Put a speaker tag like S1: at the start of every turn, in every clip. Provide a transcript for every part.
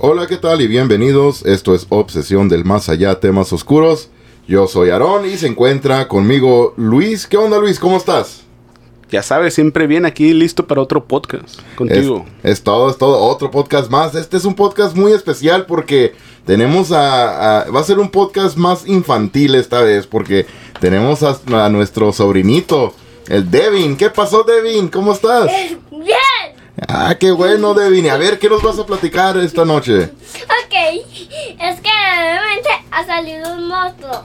S1: Hola, ¿qué tal? Y bienvenidos. Esto es Obsesión del Más Allá, temas oscuros. Yo soy Aarón y se encuentra conmigo Luis. ¿Qué onda, Luis? ¿Cómo estás?
S2: Ya sabes, siempre bien aquí listo para otro podcast contigo.
S1: Es, es todo, es todo. Otro podcast más. Este es un podcast muy especial porque tenemos a, a- Va a ser un podcast más infantil esta vez porque tenemos a, a nuestro sobrinito, el Devin. ¿Qué pasó, Devin? ¿Cómo estás?
S3: Bien.
S1: Ah, qué bueno, Devin. Y A ver, ¿qué nos vas a platicar esta noche?
S3: Ok, es que realmente ha salido un monstruo.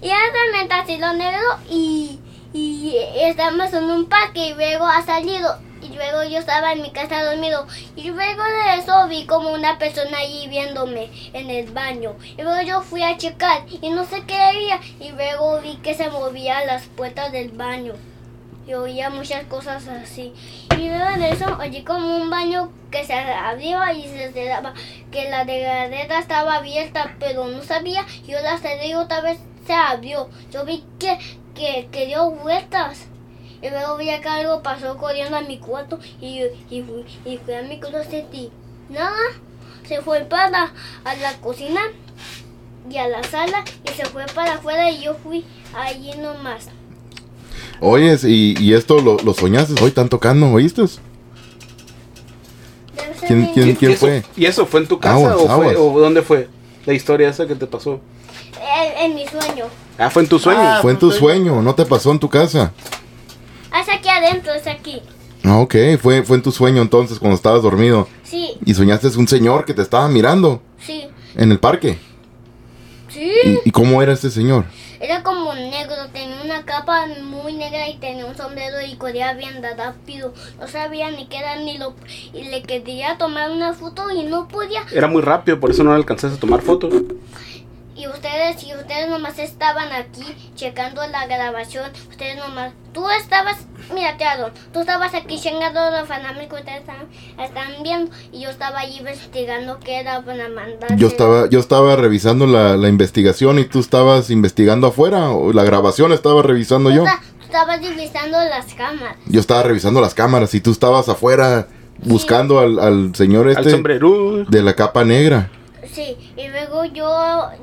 S3: Y es realmente ha sido negro y, y estamos en un parque y luego ha salido. Y luego yo estaba en mi casa dormido. Y luego de eso vi como una persona allí viéndome en el baño. Y luego yo fui a checar y no sé qué había. Y luego vi que se movían las puertas del baño. y oía muchas cosas así. Y luego de eso oí como un baño que se abría y se cerraba, que la regadera estaba abierta, pero no sabía, yo la cerré y otra vez se abrió. Yo vi que, que, que dio vueltas. Y luego vi que algo pasó corriendo a mi cuarto y, y, fui, y fui a mi closet y nada. Se fue para a la cocina y a la sala y se fue para afuera y yo fui allí nomás.
S1: Oyes, y, y esto lo, lo soñaste. Hoy están tocando, ¿oíste?
S3: Debe ser
S1: ¿Quién-
S3: mi-
S1: Este, quién-
S2: ¿Y-
S1: quién
S2: y eso-
S1: fue?
S2: ¿Y eso fue en tu casa
S1: Aguas,
S2: o, fue-
S1: aguas.
S2: o dónde fue? La historia esa que te pasó.
S3: En, en mi sueño.
S2: Ah, fue en tu sueño.
S1: Fue en tu sueño, no te pasó en tu casa.
S3: Es aquí adentro, es aquí.
S1: Ah, Ok, fue, fue en tu sueño entonces cuando estabas dormido
S3: Sí,
S1: y soñaste un señor que te estaba mirando
S3: sí,
S1: en el parque.
S3: sí.
S1: ¿Y, y cómo era este señor?
S3: Era como negro, tenía una capa muy negra y tenía un sombrero y corría bien rápido. No sabía ni qué era ni lo... Y le quería tomar una foto y no podía.
S2: Era muy rápido, por eso no alcanzaste a tomar fotos.
S3: Y ustedes, y ustedes nomás estaban aquí checando la grabación. Ustedes nomás... Tú estabas... Mira, te adoro. Tú estabas aquí checando los fanames que ustedes están, están viendo. Y yo estaba allí investigando qué era para mandar.
S1: Yo estaba, yo estaba revisando la, la investigación y tú estabas investigando afuera, o la grabación estaba revisando yo.
S3: Esta- Estaba divisando las cámaras.
S1: Yo estaba revisando las cámaras y tú estabas afuera buscando al, al señor
S2: Al
S1: este
S2: sombrerudo.
S1: de la capa negra.
S3: Sí, y luego yo,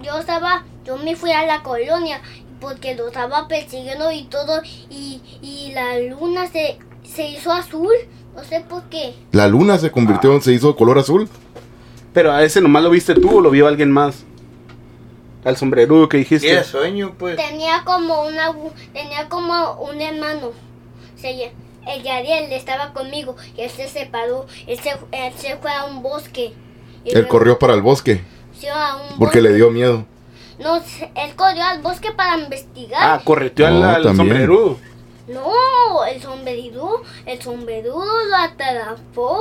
S3: yo estaba, yo me fui a la colonia porque lo estaba persiguiendo y todo. Y, y la luna se, se hizo azul. No sé por qué.
S1: La luna se convirtió,
S3: Ah.
S1: se hizo color azul.
S2: Pero a ese nomás lo viste tú o lo vio alguien más. Al sombrerudo que dijiste.
S4: Era sueño, pues.
S3: Tenía como una bu- tenía como un hermano. Se ll- el Yadiel estaba conmigo y él se separó. Él se, él se fue a un bosque. Y
S1: Él
S3: luego
S1: corrió para el bosque
S3: se fue a un
S1: porque le
S3: bosque.
S1: dio miedo.
S3: No, se- él corrió al bosque para investigar.
S2: Ah, correteó al-
S1: No,
S2: al,
S1: también.
S2: sombrerudo.
S3: No, el sombrerudo, el sombrerudo lo atrapó.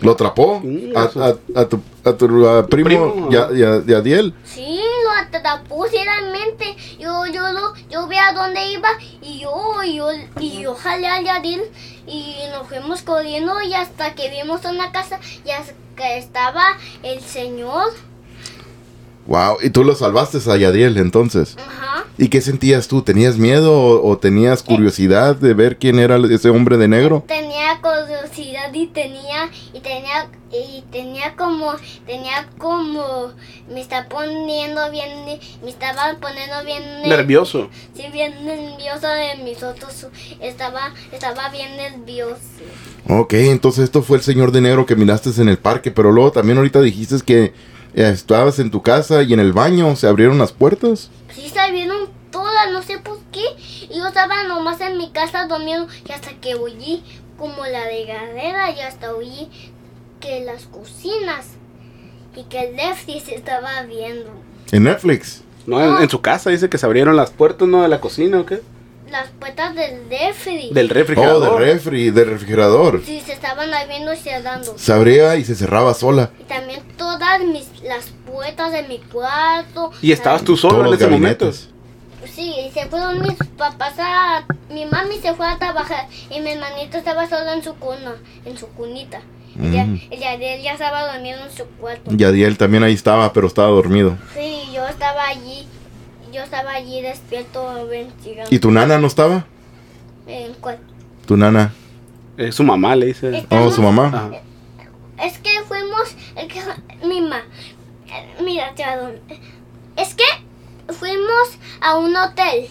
S1: Lo atrapó
S2: Mm,
S1: a,
S2: eso.
S1: a- a tu, a tu, a primo
S2: primo,
S1: y a- y a- y a Diel.
S3: Sí, lo atrapó, sí, realmente. Yo, yo, lo, yo vi a dónde iba y yo, y yo, y yo jalé al Yadil y nos fuimos corriendo y hasta que vimos una casa y hasta que estaba el señor.
S1: Wow, y tú lo salvaste a Yadiel entonces.
S3: Ajá.
S1: ¿Y qué sentías tú? ¿Tenías miedo o, o tenías curiosidad de ver quién era ese hombre de negro?
S3: Tenía curiosidad y tenía, y tenía, y tenía como, tenía como, me está poniendo bien, me estaba poniendo bien
S2: Nervioso.
S3: Sí, bien nervioso de mis otros. Estaba, estaba bien nervioso.
S1: Ok, entonces esto fue el señor de negro que miraste en el parque, pero luego también ahorita dijiste que eh, estabas en tu casa y en el baño se abrieron las puertas.
S3: Sí, salieron todas, no sé por qué. Y yo estaba nomás en mi casa durmiendo y hasta que oí como la regadera y hasta oí que las cocinas y que el Lefty se estaba viendo.
S1: En Netflix.
S2: No, en, en su casa dice que se abrieron las puertas, ¿no? De la cocina o qué.
S3: Las puertas del Lefty.
S2: Del
S1: Oh,
S2: refrigerador.
S1: del refri, del refrigerador.
S3: Sí, se estaban abriendo y cerrando.
S1: Se abría y se cerraba sola.
S3: Y también todas mis, las puertas de mi cuarto.
S2: Y estabas tú
S1: Todos
S2: solo en
S1: los
S2: ese momento.
S1: gabinetes.
S3: Pues Sí, se fueron mis papás a... Mi mami se fue a trabajar y mi hermanito estaba solo en su cuna, en su cunita. Y ya-
S1: Mm.
S3: Y ya, él ya estaba durmiendo en su cuarto.
S1: Yadiel también ahí estaba, pero estaba dormido.
S3: Sí, yo estaba allí, yo estaba allí despierto, investigando.
S1: ¿Y tu nana no estaba?
S3: En cual-
S1: Tu nana.
S2: Eh,
S1: Este,
S2: su mamá le dice.
S1: Oh, su mamá.
S2: Ajá.
S3: Es que fuimos, es que mi, ma, Mira, te adoro. Es que fuimos a un hotel.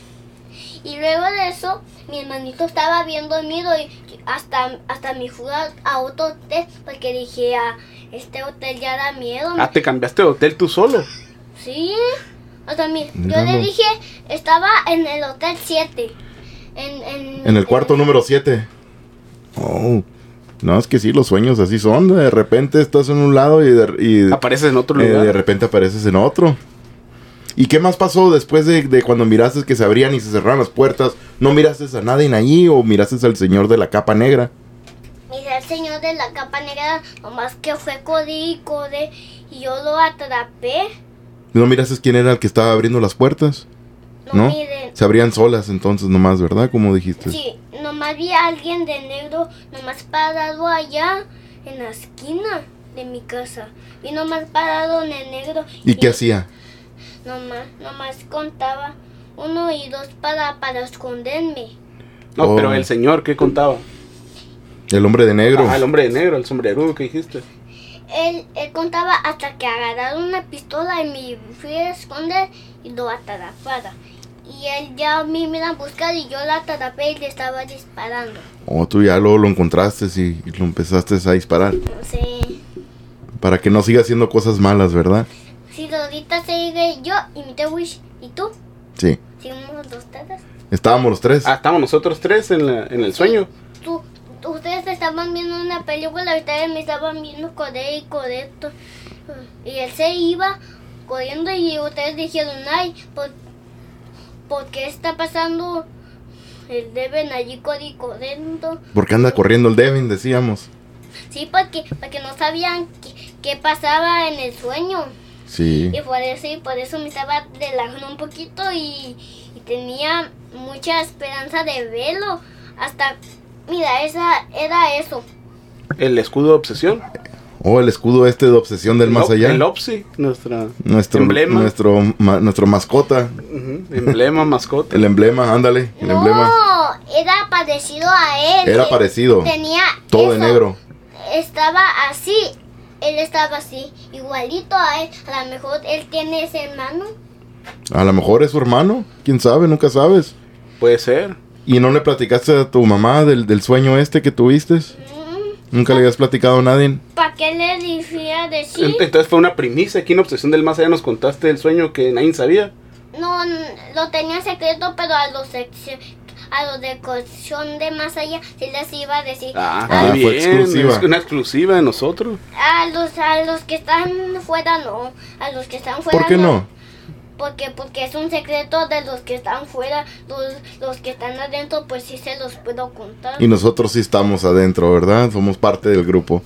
S3: Y luego de eso, mi hermanito estaba bien dormido y hasta, hasta me fui a, a otro hotel porque dije, "Ah, este hotel ya da miedo.
S2: Ah, te cambiaste de hotel tú solo.
S3: Sí. O sea, mi- yo
S1: Mira,
S3: le
S1: no.
S3: dije, estaba en el hotel 7. En, en,
S1: En el cuarto número 7. Oh. No, es que sí, los sueños así son. De repente estás en un lado y de, y-
S2: Apareces en otro
S1: eh,
S2: lugar.
S1: de repente apareces en otro. ¿Y qué más pasó después de, de cuando miraste que se abrían y se cerraron las puertas? ¿No miraste a nadie allí o miraste al señor de la capa negra?
S3: Mira el señor de la capa negra, nomás que fue codí y code, y yo lo atrapé.
S1: ¿No miraste quién era el que estaba abriendo las puertas?
S3: No,
S1: ¿No?
S3: miren.
S1: Se abrían solas entonces nomás, ¿verdad? Como dijiste.
S3: Sí, nomás vi a alguien de negro, nomás parado allá en la esquina de mi casa. Y nomás parado en el negro.
S1: ¿Y qué hacía?
S3: Nomás, nomás contaba uno y dos para, para esconderme.
S2: No,
S1: Oh.
S2: pero el señor, ¿qué contaba?
S1: El hombre de negro.
S2: Ah, el hombre de negro, el sombrerudo que dijiste.
S3: Él, él contaba hasta que agarraron una pistola y me fui a esconder y lo atrapara. Y él ya a mí me iban a buscar y yo la atrapé y le estaba disparando.
S1: O Oh, tú ya luego lo encontraste y, y lo empezaste a disparar.
S3: No sé.
S1: Para que no siga haciendo cosas malas, ¿verdad?
S3: Si ahorita sigue yo y mi Tewish y tú,
S1: Sí.
S3: seguimos los tres.
S1: Estábamos los tres.
S2: Ah, estábamos nosotros tres en, la- en el sueño.
S3: Tú, tú- ustedes estaban viendo una película, ustedes me estaban viendo correr y correr. to- Y él se iba corriendo y ustedes dijeron, ay, ¿por, por qué está pasando el deben allí correr y corriendo?
S1: Porque anda corriendo el Devin, decíamos.
S3: Sí, porque, porque no sabían qué, qué pasaba en el sueño.
S1: Sí.
S3: Y por eso, y por eso me estaba relajando un poquito y, y tenía mucha esperanza de verlo. Hasta, mira, esa era eso.
S2: El escudo de obsesión.
S1: O el escudo este de obsesión del más
S2: Lo-
S1: allá.
S2: El Opsi, nuestra
S1: Nuestro
S2: emblema.
S1: Nuestro, ma- nuestro mascota.
S2: Ujú, emblema, mascota.
S1: El emblema, ándale. El
S3: no,
S1: emblema.
S3: era parecido a él.
S1: Era
S3: Él
S1: parecido.
S3: Tenía
S1: Todo de
S3: eso.
S1: negro.
S3: Estaba así. Él estaba así, igualito a él. A lo mejor él tiene ese hermano.
S1: A lo mejor es su hermano. Quién sabe, nunca sabes.
S2: Puede ser.
S1: ¿Y no le platicaste a tu mamá del, del sueño este que tuviste? Nunca le habías platicado a nadie.
S3: Mm, ¿Para qué le decía decir?
S2: Ent- Entonces fue una primicia. Aquí en Obsesión del Más Allá nos contaste el sueño que nadie sabía.
S3: No, n- lo tenía secreto, pero a los ex- a los de cocción de más allá sí les iba a decir.
S2: Ah,
S1: Ah,
S2: qué
S1: fue
S2: bien.
S1: exclusiva.
S2: Es una exclusiva de nosotros.
S3: A los a los que están fuera no, a los que están fuera
S1: ¿Por qué no?
S3: Porque porque es un secreto de los que están fuera, los, los que están adentro pues sí se los puedo contar.
S1: Y nosotros sí estamos adentro, ¿verdad? Somos parte del grupo.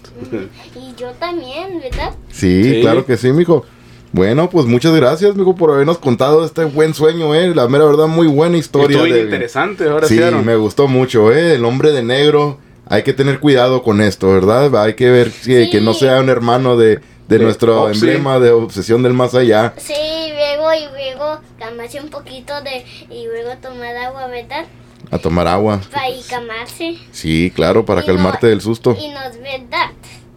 S3: Y yo también, ¿verdad?
S1: Sí,
S2: Sí.
S1: claro que sí, mijo. Bueno, pues muchas gracias, mijo, por habernos contado este buen sueño, eh. La mera verdad, muy buena historia.
S2: Estuvo bien
S1: de-
S2: interesante. Ahora sí,
S1: Sí,
S2: Aaron.
S1: me gustó mucho, eh. El hombre de negro. Hay que tener cuidado con esto, ¿verdad? Hay que ver que,
S3: Sí.
S1: que no sea un hermano de, de
S2: De
S1: nuestro
S2: Opsi.
S1: emblema de obsesión del más allá.
S3: Sí, y luego y luego calmarse un poquito de y luego tomar agua, ¿verdad?
S1: A tomar agua.
S3: Para y calmarse.
S1: Sí, claro, para
S3: Y
S1: calmarte
S3: no-
S1: del susto.
S3: Y no es verdad.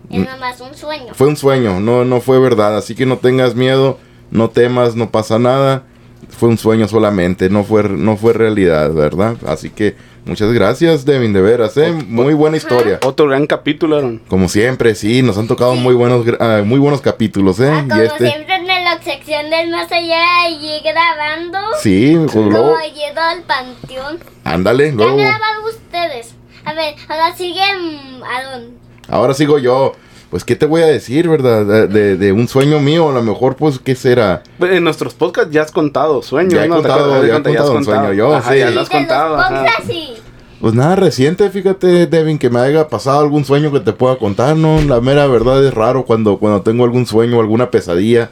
S1: Mm.
S3: Es nada más un sueño.
S1: Fue un sueño, no, no fue verdad. Así que no tengas miedo, no temas, no pasa nada. Fue un sueño solamente, no fue, no fue realidad, ¿verdad? Así que muchas gracias, Devin, de veras, ¿eh? Muy buena historia.
S2: Otro gran capítulo, Aaron.
S1: Como siempre, sí, nos han tocado muy buenos, gra- ah, muy buenos capítulos, ¿eh?
S3: Ah, como
S1: Y este,
S3: siempre en la sección del más allá y grabando.
S1: sí, pues luego,
S3: Como yendo al panteón.
S1: ándale,
S3: ¿Qué han
S1: luego.
S3: grabado ustedes? A ver, ahora mm, siguen Aarón.
S1: Ahora sigo yo. Pues, ¿qué te voy a decir, verdad? De, de- de un sueño mío, a lo mejor, pues, ¿qué será?
S2: Pues, En nuestros podcasts ya has contado sueños.
S1: Ya he
S2: ¿no? ¿Te
S1: contado,
S2: acuerdas?
S1: ya he
S2: Cuenta,
S1: contado un sueño yo,
S2: Ajá,
S1: sí. Y
S2: Ya lo
S3: Y
S2: has
S3: te
S2: contado.
S3: los
S2: ajá.
S3: pongas y
S1: Pues nada reciente, fíjate, Devin, que me haya pasado algún sueño que te pueda contar, ¿no? La mera verdad es raro cuando, cuando tengo algún sueño, alguna pesadilla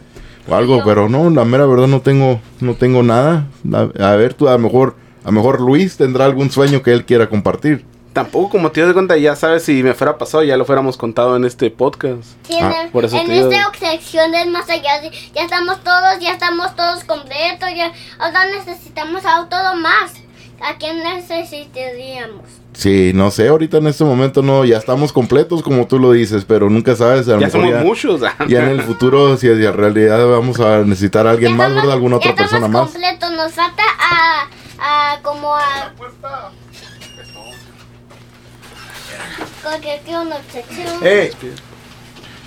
S1: o algo,
S3: Yo-
S1: pero no, la mera verdad no tengo, no tengo nada. A, a ver, tú a lo mejor, a lo mejor Luis tendrá algún sueño que él quiera compartir.
S2: Tampoco, como te das cuenta, ya sabes si me fuera pasado, ya lo fuéramos contado en este podcast.
S3: tienen-
S1: Ah,
S2: por eso
S3: en
S2: te digo.
S3: esta sección del más allá sí, ya estamos todos, ya estamos todos completos, ya ahora necesitamos a todo más. ¿A quién necesitaríamos?
S1: Sí, no sé, ahorita en este momento no, ya estamos completos como tú lo dices, pero nunca sabes. a lo
S2: Ya
S1: mejor
S2: somos muchos.
S1: Ya en el futuro, si en realidad vamos a necesitar a alguien
S3: Ya
S1: más,
S3: estamos-
S1: ¿verdad? Alguna otra
S3: ya estamos
S1: persona más.
S3: completos, nos falta a, a como a cualquier que uno obsesión.
S1: ¡Ey!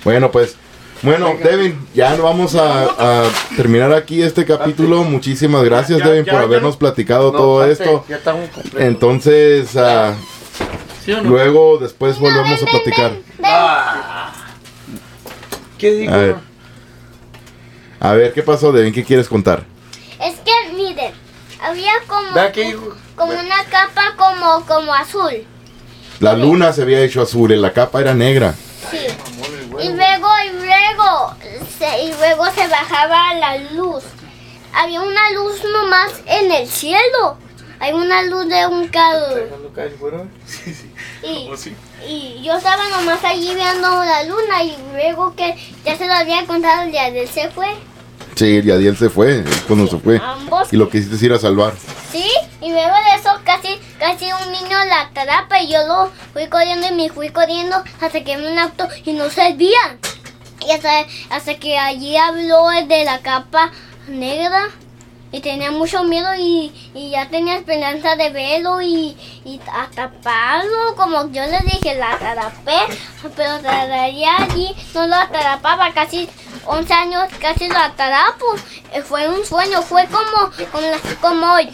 S1: Bueno, pues. Bueno, Devin, ya no vamos a, a terminar aquí este capítulo. Muchísimas gracias,
S4: Ya, ya,
S1: Devin,
S4: ya,
S1: por
S4: ya.
S1: habernos platicado
S4: No,
S1: todo
S4: espérate,
S1: esto.
S4: Ya estamos completos.
S1: Entonces, ah,
S4: ¿Sí o no?
S1: luego, después volvemos a platicar.
S4: ¿Qué digo?
S1: A ver. A ver, ¿qué pasó, Devin? ¿Qué quieres contar?
S3: Es que miren, había como
S4: Vea que dijo.
S3: como una capa como como azul.
S1: La luna se había hecho azul, y la capa era negra.
S3: Sí. Y luego y luego se, y luego se bajaba la luz. Había una luz nomás en el cielo. Hay una luz de un carro.
S4: ¿Dejando caer, güero? Sí, sí.
S3: Y,
S4: ¿O sí?
S3: y yo estaba nomás allí viendo la luna y luego que ya se lo había contado el día de él se fue.
S1: Sí, y Adiel se fue, él cuando se fue.
S4: Ah.
S3: Ambos.
S1: Y lo quisiste es ir a salvar.
S3: Sí, y luego de eso casi, casi un niño la atrapa y yo lo fui corriendo y me fui corriendo hasta que en un auto y no servían. Y hasta, hasta que allí habló el de la capa negra y tenía mucho miedo y, y ya tenía esperanza de verlo y, y atraparlo, como yo le dije, la atrapé, pero todavía allí no lo atrapaba, casi 11 años casi lo atrapo, Eh, fue un sueño, fue como, como, la- como hoy.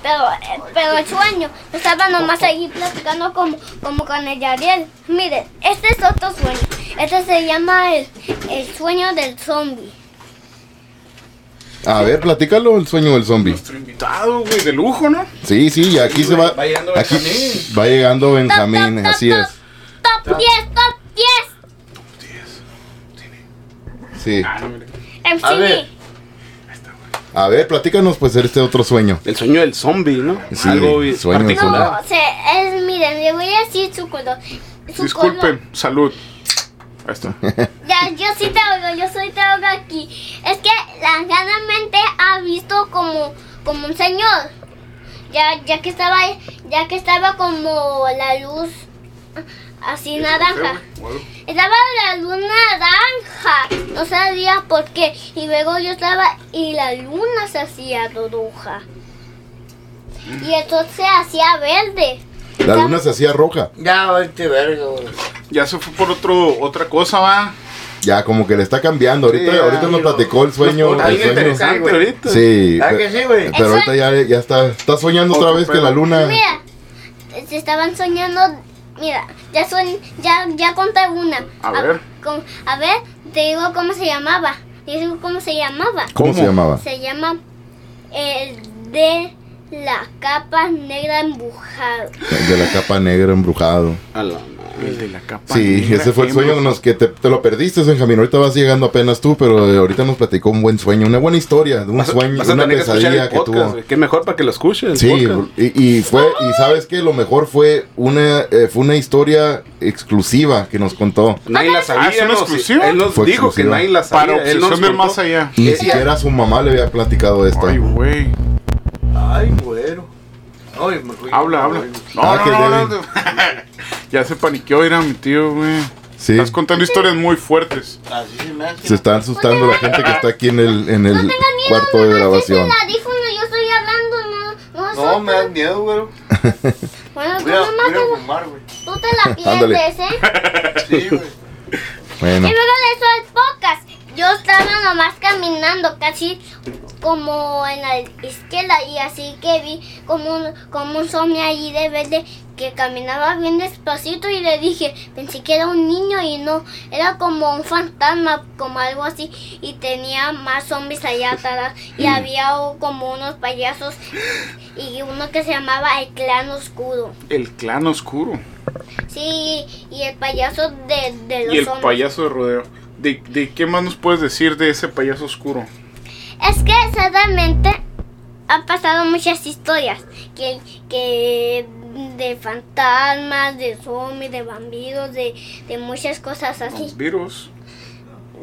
S3: Pero, eh, pero el sueño, yo estaba nomás ahí platicando como, como con el Yariel. Miren, este es otro sueño. Este se llama el, el sueño del zombie.
S1: A ver, platícalo, el sueño del zombie.
S2: Nuestro invitado, güey, de lujo, ¿no?
S1: Sí, sí, y aquí se va.
S4: va llegando
S1: aquí
S4: Benjamín.
S1: va llegando
S3: Top, top,
S1: Benjamín,
S3: top,
S1: así
S3: top,
S1: es.
S3: Top 10, top 10.
S1: Sí.
S2: Ah, no, mira.
S4: A ver.
S3: MCD.
S1: A ver, platícanos pues este otro sueño.
S2: El sueño del zombie, ¿no?
S1: Sí,
S2: Algo
S1: el sueño del
S2: particular.
S3: No, se, es, miren, le voy a decir su color. Su color.
S2: Disculpen, salud. Ahí está.
S3: Ya, yo sí te oigo, yo soy te oigo aquí. Es que la ganamente ha visto como, como un señor. Ya, ya que estaba, ya que estaba como la luz así naranja. Estaba la luna naranja, no sabía por qué. Y luego yo estaba y la luna se hacía roja. Y entonces se hacía verde.
S1: La luna se hacía roja.
S4: Ya, vete verga, güey.
S2: Ya se fue por otro, otra cosa, va.
S1: Ya como que le está cambiando. Ahorita,
S4: Sí, ya,
S1: ahorita nos
S4: digo,
S1: platicó el sueño.
S4: está
S1: el
S4: bien
S1: sueño.
S2: Interesante
S4: interesante. güey.
S2: ahorita.
S1: Sí.
S4: ¿Ah,
S1: pe-
S4: que sí, güey?
S1: Pero ahorita ya, ya está. Está soñando otra
S2: Otro
S1: vez que
S2: pedo.
S1: la luna.
S3: Mira, se estaban soñando. Mira, ya son, ya, ya conté una.
S2: A ver.
S3: com- a ver, te digo cómo se llamaba. Te digo cómo se llamaba.
S1: ¿Cómo, se
S2: ¿Cómo?
S1: llamaba?
S3: Se llama el de la capa negra embujada.
S1: El De la capa negra embrujado.
S2: A la madre de la capa.
S1: Sí,
S2: negra,
S1: ese fue el
S2: qué
S1: sueño en los que te, te lo perdiste, Benjamín. Ahorita vas llegando apenas tú, pero eh, ahorita nos platicó un buen sueño, una buena historia, un
S2: Vas a-
S1: sueño,
S2: vas a
S1: una
S2: tener que escuchar
S1: pesadilla
S2: el
S1: que
S2: podcast,
S1: tuvo.
S2: güey. Qué mejor para que lo escuches. el
S1: Sí,
S2: podcast.
S1: y, y fue y sabes que lo mejor fue una eh, fue una historia exclusiva que nos contó.
S2: Nadie la sabía.
S5: Ah, ¿es una
S2: ¿no? Sí,
S5: exclusiva?
S2: Él nos
S1: Fue
S2: dijo
S1: exclusiva.
S2: que nadie la sabía.
S5: Para
S2: él nos
S5: obsesión del
S2: contó.
S5: más allá.
S1: Ni
S2: Eh,
S1: siquiera su mamá le había platicado esto.
S5: Ay, güey.
S4: Ay, güero. Ay, me fui.
S5: Habla, habla. No,
S1: Ah,
S5: no,
S1: que
S5: no,
S1: Devin.
S5: no, no. ya se paniqueó, era mi tío, güey.
S1: Sí.
S5: Estás contando historias muy fuertes.
S4: Así se me hace.
S1: Se está asustando la gente que está aquí en el en el
S3: Tengan miedo,
S1: cuarto
S3: mamá,
S1: de
S3: sí,
S1: grabación.
S3: el audífono, yo estoy hablando, no, no,
S4: No,
S3: soy-
S4: me da miedo, güero.
S3: Bueno, tú
S4: Voy a,
S3: nomás
S4: voy a
S3: te-
S4: fumar, güey.
S3: tú te la
S1: Ándale.
S3: pierdes, ¿eh?
S4: Sí, güey.
S1: Bueno,
S5: Eh,
S3: Y luego de eso es pocas. Yo estaba nomás caminando casi como en la izquierda y así que vi como un, como un zombie allí de verde que caminaba bien despacito y le dije, pensé que era un niño y no, era como un fantasma, como algo así y tenía más zombies allá atrás
S5: Mm.
S3: y había o- como unos payasos y uno que se llamaba el clan oscuro.
S5: El clan oscuro.
S3: Sí, y el payaso de, de los
S5: Y el
S3: zombies.
S5: payaso de rodeo. ¿De, de qué más nos puedes decir de ese payaso oscuro?
S3: Es que exactamente han pasado muchas historias que, que de fantasmas, de zombies, de vampiros, de, de muchas cosas así.
S5: Vampiros.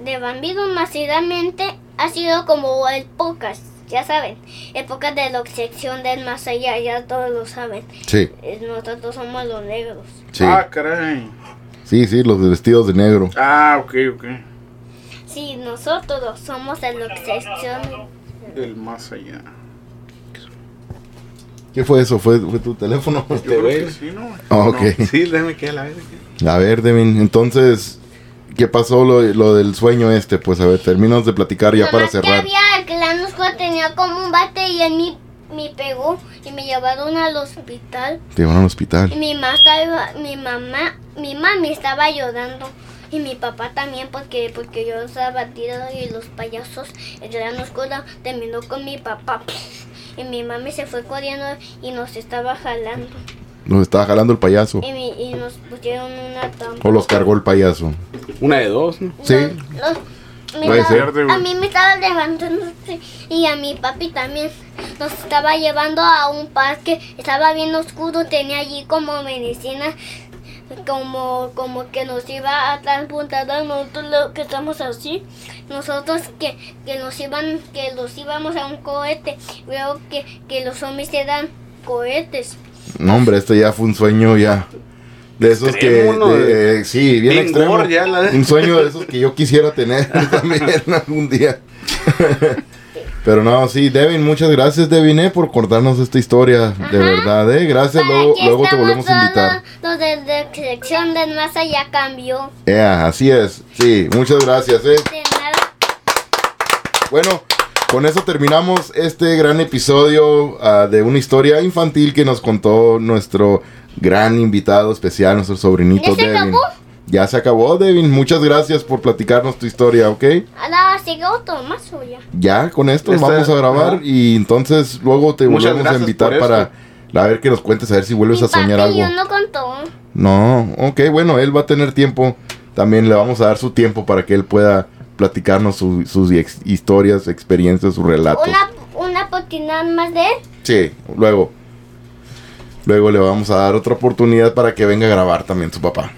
S3: De vampiros masivamente ha sido como el podcast. ya saben, época de la sección del más allá, ya todos lo saben.
S1: Sí,
S3: Eh, Nosotros somos los negros.
S1: sí.
S5: Ah, caray.
S1: Sí, sí, los vestidos de negro.
S5: Ah, ok, ok.
S3: Sí, nosotros somos de la sección.
S5: Del más allá.
S1: ¿Qué fue eso? ¿Fue, fue tu teléfono?
S5: Yo creo
S2: güey.
S5: que sí, ¿no?
S1: Ah, ok.
S2: Sí, déjame que a la vez.
S1: A ver, Devin, entonces, ¿qué pasó lo, lo del sueño este? Pues a ver, terminos de platicar ya para
S3: Nomás que
S1: cerrar.
S3: había que la Nusco tenía como un bate y él me, me pegó y me llevaron al hospital.
S1: Te llevaron al
S3: Y
S1: hospital.
S3: mi, mamá estaba- mi mamá, mi mami estaba llorando y mi papá también porque, porque yo estaba tirado y los payasos el gran oscuro terminó con mi papá. Y mi mami se fue corriendo y nos estaba jalando.
S1: Los estaba jalando el payaso.
S3: Y, mi- y nos pusieron una trampa.
S1: O los cargó el payaso.
S2: Una de dos, ¿no?
S1: Sí.
S3: Los- me
S1: Puede
S3: estaba-
S5: ser.
S3: a mí me estaba levantando sí, y a mi papi también. Nos estaba llevando a un parque, estaba bien oscuro, tenía allí como medicina, como, como que nos iba a transportar a nosotros lo que estamos así. Nosotros que, que nos iban, que los íbamos a un cohete. Veo que, que los zombies eran cohetes.
S1: No, hombre, este ya fue un sueño ya. De esos
S2: Extremo,
S1: que.
S2: ¿no?
S1: de- eh, sí, bien
S2: Bien
S1: extremo.
S2: gore ya la-
S1: Un sueño de esos que yo quisiera tener también algún día. Pero no, sí, Devin, muchas gracias, Devin, eh, por contarnos esta historia. De verdad, eh. Gracias,
S3: Para
S1: luego,
S3: que
S1: luego te
S3: estamos
S1: volvemos a invitar.
S3: todos Los de la sección del más allá cambió.
S1: Ea, así es. Sí, muchas gracias, eh.
S3: De nada.
S1: Bueno, con eso terminamos este gran episodio ah, de una historia infantil que nos contó nuestro gran invitado especial, nuestro sobrinito
S3: ¿Ya se
S1: Devin.
S3: acabó?
S1: Ya se acabó, Devin. Muchas gracias por platicarnos tu historia, ¿ok?
S3: Ahora Ah, sigue otro más suya.
S1: Ya con esto
S2: Esta-
S1: vamos a grabar
S2: ajá.
S1: y entonces luego te
S2: Muchas
S1: volvemos a
S2: gracias
S1: invitar
S2: por
S1: para
S2: esto.
S1: a ver que nos cuentes, a ver si vuelves
S3: Mi
S1: a soñar
S3: papi
S1: algo.
S3: yo no contó.
S1: No, ok, bueno, él va a tener tiempo. También le vamos a dar su tiempo para que él pueda platicarnos su- sus ex- historias, experiencias, sus relatos.
S3: Una, una oportunidad más de él.
S1: Sí, luego. Luego le vamos a dar otra oportunidad para que venga a grabar también su papá.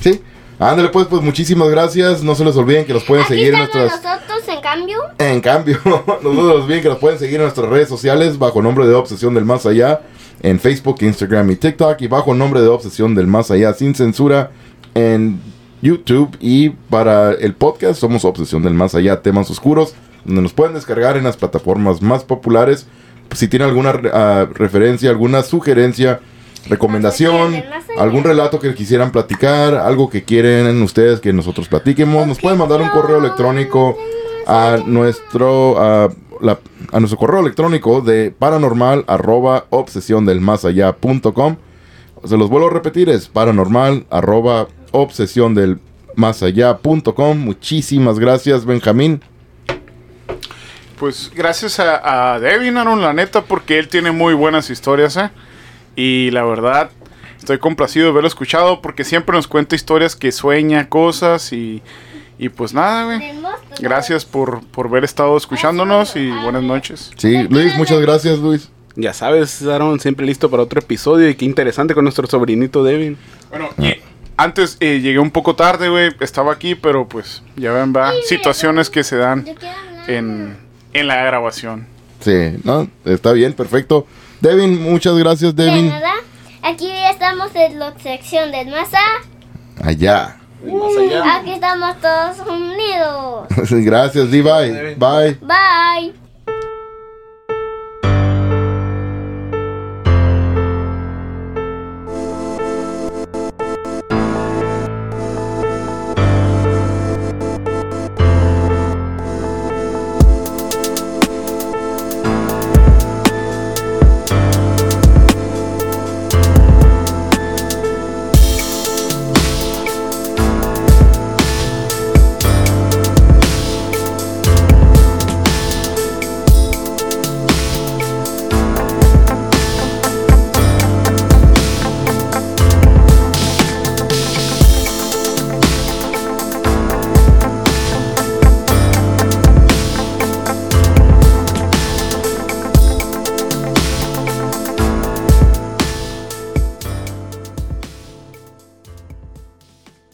S1: ¿Sí? Ándale pues, pues muchísimas gracias. No se les olviden que nos pueden
S3: Aquí
S1: seguir en
S3: estamos
S1: nuestras...
S3: nosotros, en cambio.
S1: En cambio, no se les olviden que nos pueden seguir en nuestras redes sociales bajo nombre de Obsesión del Más Allá. En Facebook, Instagram y TikTok. Y bajo nombre de Obsesión del Más Allá sin censura en YouTube. Y para el podcast somos Obsesión del Más Allá, temas oscuros. Donde nos pueden descargar en las plataformas más populares si tiene alguna ah, referencia, alguna sugerencia, recomendación, algún relato que quisieran platicar, algo que quieren ustedes que nosotros platiquemos, nos pueden mandar un correo electrónico a nuestro a, la- a nuestro correo electrónico de paranormal arroba obsesión del más allá punto com. Se los vuelvo a repetir, es paranormal arroba obsesión del más allá punto com. Muchísimas gracias, Benjamín.
S5: Pues gracias a, a Devin, Aaron, la neta, porque él tiene muy buenas historias, ¿eh? Y la verdad, estoy complacido de haberlo escuchado porque siempre nos cuenta historias que sueña cosas y, y pues nada, güey.
S3: del monstruo.
S5: Gracias por, por haber estado escuchándonos y buenas noches.
S1: Sí, Luis, muchas gracias, Luis.
S2: Ya sabes, Aaron, siempre listo para otro episodio y qué interesante con nuestro sobrinito Devin.
S5: Bueno, y antes eh, llegué un poco tarde, güey, estaba aquí, pero pues ya ven, va, situaciones que se dan
S3: Yo quiero hablar.
S5: en, en la grabación.
S1: Sí, no, está bien, perfecto. Devin, muchas gracias,
S3: De
S1: Devin.
S3: nada. Aquí estamos en la sección del masa.
S1: Allá.
S4: Más allá.
S3: Aquí estamos todos unidos.
S1: gracias, Levi. Bye.
S3: Bye.